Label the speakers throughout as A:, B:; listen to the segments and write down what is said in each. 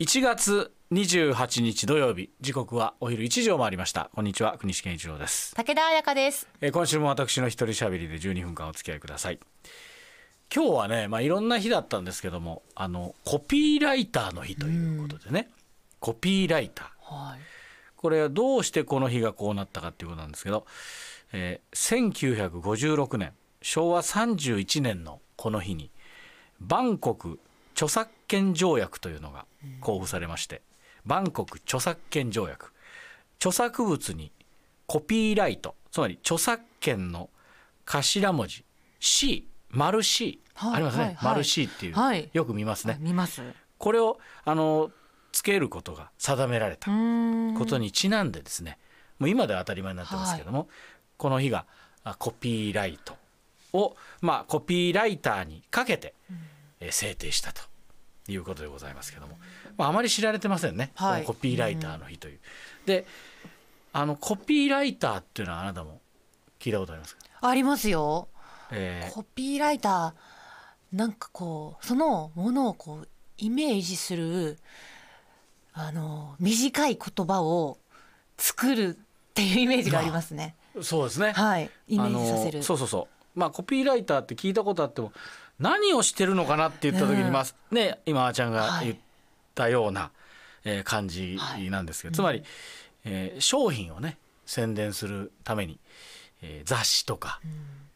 A: 1月28日土曜日時刻はお昼1時を回りましたこんにちは国士健一郎です、
B: 武田彩香です。
A: えー今週も私の一人喋りで12分間お付き合いください今日はねまあいろんな日だったんですけどもあのコピーライターの日ということでね、コピーライター
B: はい。
A: これはどうしてこの日がこうなったかっていうことなんですけど、えー1956年昭和31年のこの日にバンコク著作権条約というのが公布されまして、バンコク著作権条約著作物にコピーライトつまり著作権の頭文字 C 丸 C、
B: はい
A: ありますね、
B: はいはい
A: 丸 C っていう、
B: はい
A: よく見ますね、
B: 見ます。う
A: これをあのつけることが定められた
B: ーん
A: ことにちなんでですね、もう今では当たり前になってますけども、この日があコピーライトを、まあ、コピーライターにかけて、えー制定したということでございますけども、まあ、あまり知られてませんね、
B: はい
A: このコピーライターの日という。であのコピーライターっていうのはあなたも聞いたことありますか、
B: ありますよ。
A: えー
B: コピーライターなんかこうそのものをこうイメージするあの短い言葉を作るっていうイメージがありますね。
A: そうですね、
B: はい。イメージさせ
A: あの
B: る。
A: そうそうそうまあコピーライターって聞いたことあっても何をしてるのかなって言った時に、
B: うん
A: まあね今あーちゃんが
B: はい
A: 言ったような、えー感じなんですけど、つまり、えー商品をね宣伝するために、えー雑誌とか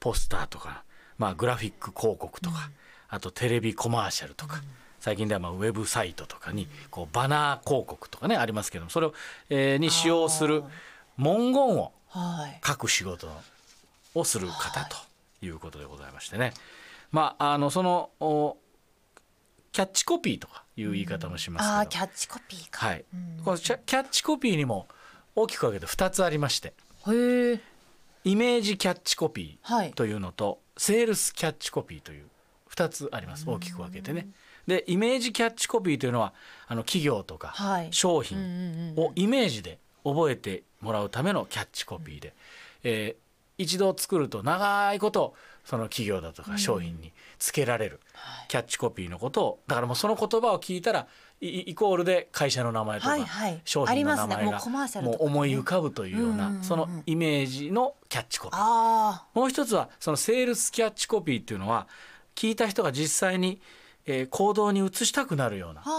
A: ポスターとか、まあ、グラフィック広告とか、あとテレビコマーシャルとか、最近ではまあウェブサイトとかにこうバナー広告とかねありますけどもそれを、えーに使用する文言を
B: はい。
A: 書く仕事をする方ということでございましてね、まああのそのおキャッチコピーとかいう言い方もしますけど、
B: ああーキャッチコピーか。
A: はい
B: うん
A: このキャキャッチコピーにも大きく分けて2つありまして
B: へえ。
A: イメージキャッチコピ
B: はい
A: ー。というのとセールスキャッチコピーという2つあります大きく分けてね。でイメージキャッチコピーというのはあの企業とか
B: はい
A: 商
B: うん
A: 品
B: うんうん。
A: をイメージで覚えてもらうためのキャッチコピーで、えー一度作ると長いことその企業だとか商品につけられる
B: はい
A: キャッチコピーのことをだからもうその言葉を聞いたらイイイコールで会社の名前とか
B: はいはい
A: 商品の名
B: ありますね
A: 前
B: もう
A: が
B: コマーシャルと
A: もう
B: かね
A: 思い浮かぶというよう
B: うんうんう
A: なんそのイメージのキャッチコピー
B: あ
A: もう一つはそのセールスキャッチコピーっていうのは聞いた人が実際にえー行動に移したくなるような
B: あ。
A: 言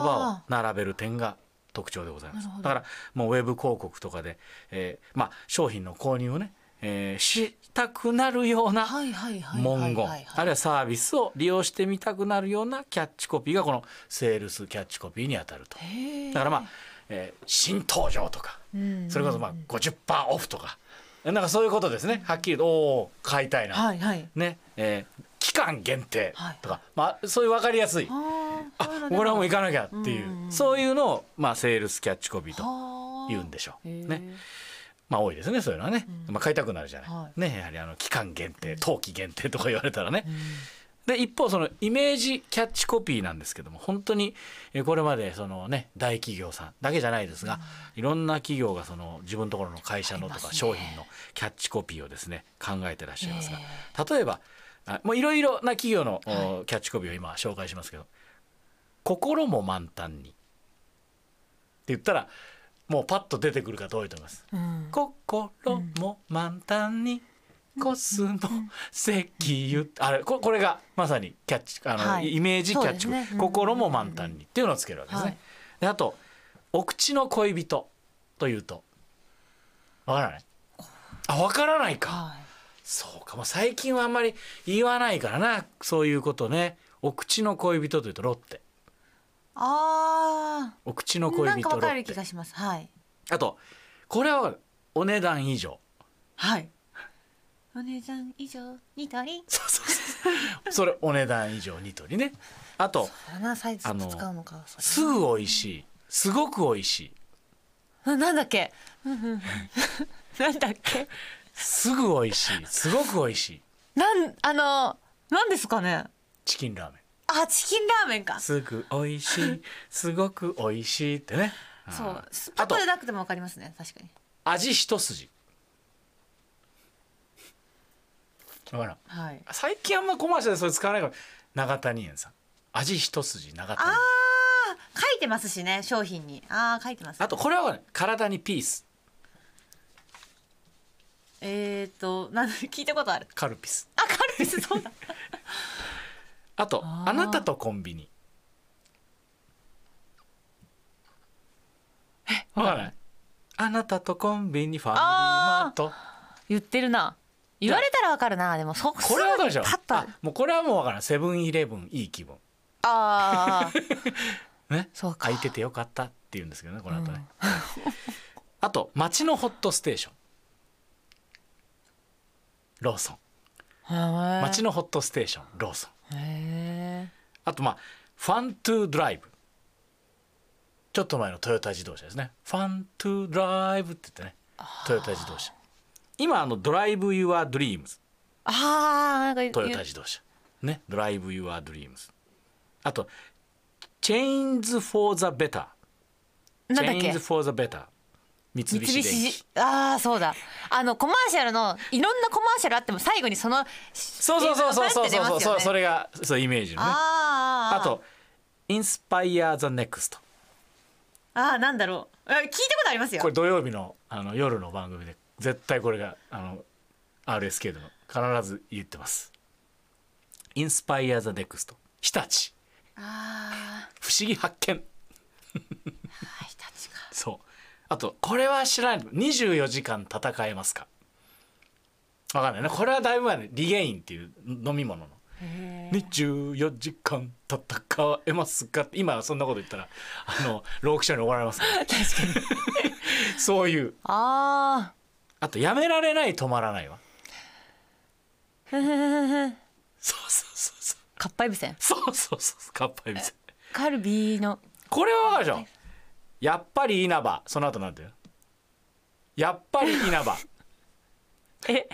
B: ああ。
A: 葉を並べる点が特徴でございます
B: なるほど
A: だからもうウェブ広告とかで、えーまあ、商品の購入をね、えーしたくなるような
B: はいはいはいはいはい
A: 文言
B: はい
A: あるいはサービスを利用してみたくなるようなキャッチコピーがこのセールスキャッチコピーにあたると
B: へえ
A: だからまあ、えー新登場とか
B: うん
A: それこそまあ50%オフとかなんかそういうことですねはっきりとおお買いたいな、
B: はいはい。
A: ねえー期間限定とか、
B: は
A: まあ、そういう分かりやすい
B: ああ。そういうので
A: 俺はもう行かなきゃっていう、
B: うんうん
A: そういうのを、まあ、セールスキャッチコピーと言うん
B: で
A: でしょう、
B: ね
A: ね、まあ多いですねそういうのはね、
B: うん
A: まあ、買いたくなるじゃない、
B: は
A: ねやはりあの期間限定冬季限定とか言われたらね、で一方そのイメージキャッチコピーなんですけども本当にえこれまでそのね大企業さんだけじゃないですが、いろんな企業がその自分のところの会社のと
B: あり
A: か
B: ますね
A: 商品のキャッチコピーをですね考えてらっしゃいますが、
B: え
A: 例えばあもういろいろな企業の、お
B: は
A: キャッチコピーを今紹介しますけど「心も満タンに」って言ったらもうパッと出てくる方多いと思います。
B: うん
A: 心も満タンに、コスモ石油あれここれがまさにキャッチあの、
B: はい
A: イメージキャッチ、
B: そうですねうん
A: 心も満タンにっていうのをつけるわけですね。
B: はい
A: であと「お口の恋人」というとわからないあわからないか
B: は
A: そうかもう最近はあんまり言わないからなそういうことね「お口の恋人」というとロッテ
B: いあ
A: 「お口の
B: あ。
A: 恋
B: なん
A: 人
B: か
A: ロ
B: わか
A: ッ
B: る気が
A: テ
B: します。はい。」
A: あとこれはわかるお値段以上
B: はい。お姉ちゃん以上ニトリ。
A: そうそうそうそう。それお値段以上ニトリね。あと
B: 七サイズ
A: あの
B: 使うのか。
A: すぐ美味しい、すごく美味しい、
B: ななんだっけ。うんうん なんだっけ。
A: すぐ美味しい、すごく美味しい
B: なんあのなんですかね。
A: チキンラーメ
B: あチキンラーメンか
A: ン。。すぐ美味しい、すごく美味しいってね。
B: そう
A: あ。
B: パッ
A: と
B: とでなくてもわかりますね。確かに。
A: 味一筋。わからん。
B: はい。
A: 最近あんまコマーシャルでそれ使わないから永谷園さん。味一筋永谷
B: あ
A: 園
B: あ書いてますしね商品にああ書いてます
A: あとこれはね体にピース
B: えっ、ー、となん聞いたことある
A: カルピス
B: あカルピスそうだ
A: あと
B: あ
A: あ
B: ー
A: なたとコンビニわからないあなたとコンビニファミリーマート
B: 言ってるな言われたらわかるなでもそ
A: これはわかるでしょ
B: すぐにパッ
A: あ
B: と
A: もうこれはもうわからないセブンイレブンいい気分
B: ああ
A: ね
B: そうか
A: 空いててよかったって言うんですけどねこの後ね、
B: うん
A: あと街のホットステーションローソン街
B: 街
A: のホットステーションローソン
B: へ
A: あとまあファントゥードライブちょっと前のトヨタ自動車ですねファントゥードライブって言ってねトヨタ自動車今あのドライブ・ユア・ドリームズ
B: ああーなんか
A: トヨタ自動車ねドライブ・ユア・ドリームズあとチェインズ・フォー・ザ・ベターチ
B: なんだ
A: ェ
B: っ
A: イン
B: け
A: ズ・フォー・ザ・ベター三
B: 三
A: 菱電機
B: 菱ああそうだあのコマーシャルのいろんなコマーシャルあっても最後にその
A: そうそうそうそうそうそうそうそうそ
B: れ
A: れがそうイメージのね
B: あ
A: あ
B: ー
A: とインスパイア・ザ・ネクスト
B: あーなんだろうあ聞いたことありますよ
A: これ土曜日のあの夜の番組で絶対これがあの RSK でも必ず言ってますインスパイア・ザ・ネクスト日立
B: ああ
A: 不思議発見
B: 日立か
A: そうあとこれは知らない24時間戦えますかわかんないなこれはだいぶ前ねリゲインっていう飲み物の
B: へー
A: 24時間戦えますかって今そんなこと言ったらあの労基署に怒られます、ね、
B: 確かに
A: そういう
B: あ
A: あとやめられない止まらないわ
B: あ
A: そうそうそうそう
B: かっぱえびせん
A: そうそうそうかっぱえびせん
B: カルビーの
A: これはわかるでしょやっぱり稲葉その後なんて言うのやっぱり稲葉
B: え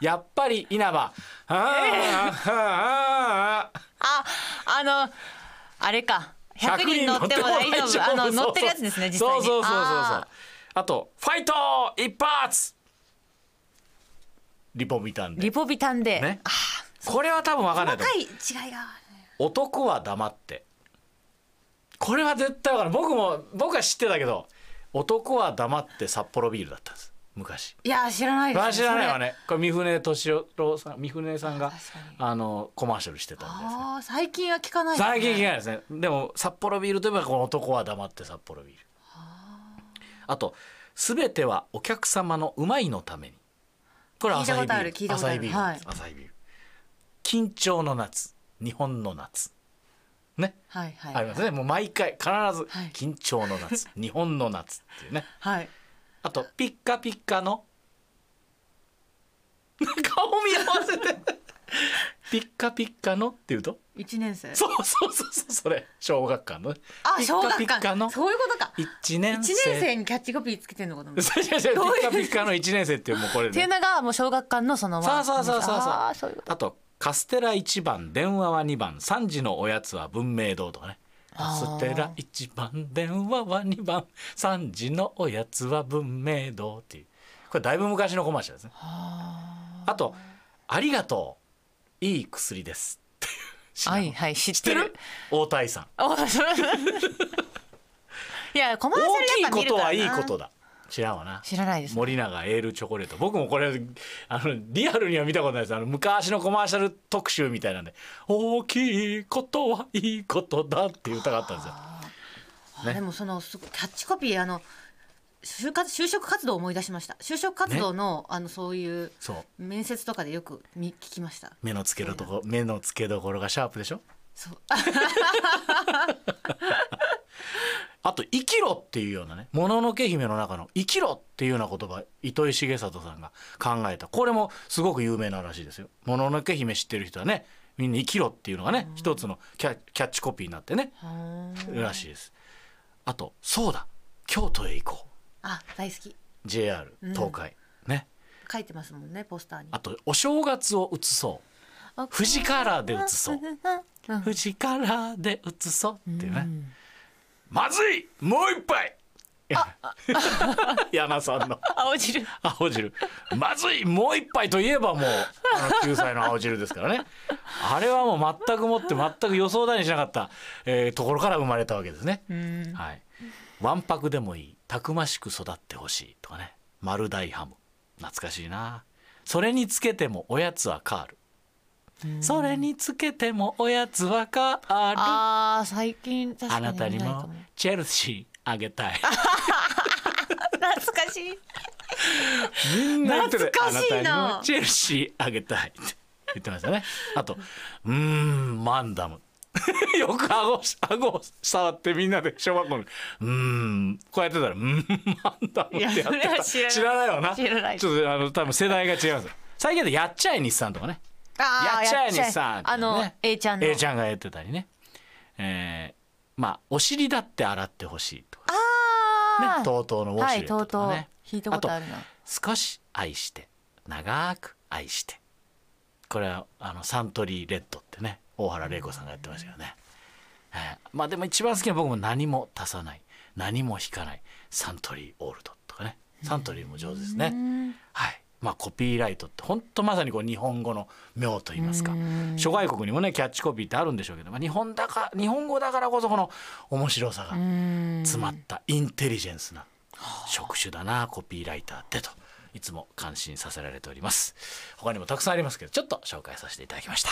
A: やっぱり稲葉あーあーあーあー
B: ああのあれか
A: 100
B: 100人乗っても大丈夫あの乗ってるやつですね実際
A: そ
B: に
A: うそうそうそうそう
B: あ
A: あとファイト一発リポビタン
B: ー
A: で
B: リポビタンで、
A: ねこれは多分わかんない
B: 細
A: と思う
B: かい違いが
A: 男は黙ってこれは絶対分かる僕も僕は知ってたけど男は黙って札幌ビールだったんです昔
B: いや知らないです
A: 私知らないわ
B: それ
A: ねこれ三船敏郎さん三船さんが
B: あ確かに
A: あのコマーシャルしてたみたいですね
B: あー最近は聞かないですね
A: 最近聞けないですねでも札幌ビールといえばこの男は黙って札幌ビールあと「すべてはお客様のうまいのために」これは朝日ビール
B: 聞いたことある聞いたことあ
A: アサヒビ
B: る
A: ールなんですアサヒビール緊張の夏日本の夏ね
B: はいはい、
A: ありますねもう毎回必ず
B: い
A: 「緊張の 夏」日本の夏」っていうね
B: はい
A: あと「ピッカピッカの」 顔見合わせ て「ピッカピッカの」って言うと
B: 一年生
A: そうそうそうそうそれ小学館のね
B: あ
A: ピッ
B: 小
A: カ
B: 学
A: ピッカの
B: 館そういうことか
A: 1年生
B: 一年生にキャッチコピーつけてんのかと思った
A: そうそうそう
B: どういう
A: ピッカピッカの1年生っていうもうこれ
B: っていう
A: ね
B: のがもう小学館のそのまあ
A: そうそうそうそうそう
B: あーそういうこと
A: あと「カステラ1番電話は2番3時のおやつは文明堂」とかね「カ
B: あー
A: ステラ1番電話は2番3時のおやつは文明堂」っていうこれだいぶ昔のコマーシャルですね
B: あ
A: あと「ありがとういい薬です」っていう
B: ーはいはい知っ
A: 知ってて
B: る
A: る大谷さん
B: おそう いやコマーシャル
A: 大
B: や
A: きい
B: っぱ見
A: こ
B: る
A: と
B: から
A: はいい
B: な
A: ことだ知らんわな
B: 知らないです
A: 森永エールチョコレート僕もこれあのリアルには見たことないですあの昔のコマーシャル特集みたいなんで「大きいことはいいことだ」っていう歌があったんですよ。
B: あ
A: ね
B: でもそのすごキャッチコピーあの就活就職活動を思い出しました就職活動の,、あのそういう
A: そう
B: 面接とかでよくみ聞きました
A: 目の付けどころ目の付けどころがシャープでしょ
B: そう
A: あと「生きろ」っていうようなね「もののけ姫」の中の「生きろ」っていうような言葉糸井重里さんが考えたこれもすごく有名ならしいですよ。もののけ姫知ってる人はねみんな「生きろ」っていうのがね一つのキャキャッチコピーになってね
B: あ
A: らしいです。あと「そうだ京都へ行こう」
B: 大好き
A: JR 東海、ね
B: 書いてますもんねポスターに
A: あとお正月を写そう富士カラーで写そう
B: うん
A: 富士カラーで写そうっていうね、
B: うん
A: まずいもう一杯 柳さんの
B: 青汁
A: 青汁まずいもう一杯といえばもうあの9歳の青汁ですからねあれはもう全くもって全く予想だにしなかった、えーところから生まれたわけですね、
B: うん
A: はい、わんぱくでもいいたくましく育ってほしいとかね丸大ハム懐かしいなそれにつけてもおやつはカールそれにつけてもおやつはカールあ
B: あー最近確かに
A: なたに
B: 見いか
A: もチェルシーあげたい
B: 懐かしい
A: みんな言ってる
B: 懐かしいな
A: あなたにもチェルシーあげたいって 言ってましたねあとうーんマンダム よく顎を顎を触ってみんなで小学校のうーんこうやってたらうーんマンダムってやって
B: いや
A: た
B: それは
A: 知
B: 知
A: ら
B: ら
A: な
B: ない
A: いわな
B: 知らない
A: ちょっとあの多分世代が違うんですよ最近だとやっちゃえ日産とかね
B: あー
A: やっちゃえ
B: や
A: にさ
B: あの A ちゃんの
A: A ちゃんがやってたりね、えー、まあお尻だって洗ってほしいとか
B: あ
A: ね
B: ー
A: TOTO のウォ
B: は
A: シュ
B: い
A: レッ
B: と
A: ト
B: う
A: とか
B: とう
A: ね、
B: 聞いたことあるな
A: 少し愛して長く愛してこれはあのサントリーレッドってね大原玲子さんがやってましたよね、えーまあでも一番好きな僕も何も足さない何も引かないサントリーオールドとかねサントリーも上手ですね、
B: うん
A: はいまあ、コピーライトって本当まさにこう日本語の妙と言いますか
B: うん
A: 諸外国にもねキャッチコピーってあるんでしょうけど、まあ、日本だか日本語だからこそこの面白さが
B: うん
A: 詰まったインテリジェンスな職種だなコピーライターってといつも感心させられております他にもたくさんありますけどちょっと紹介させていただきました。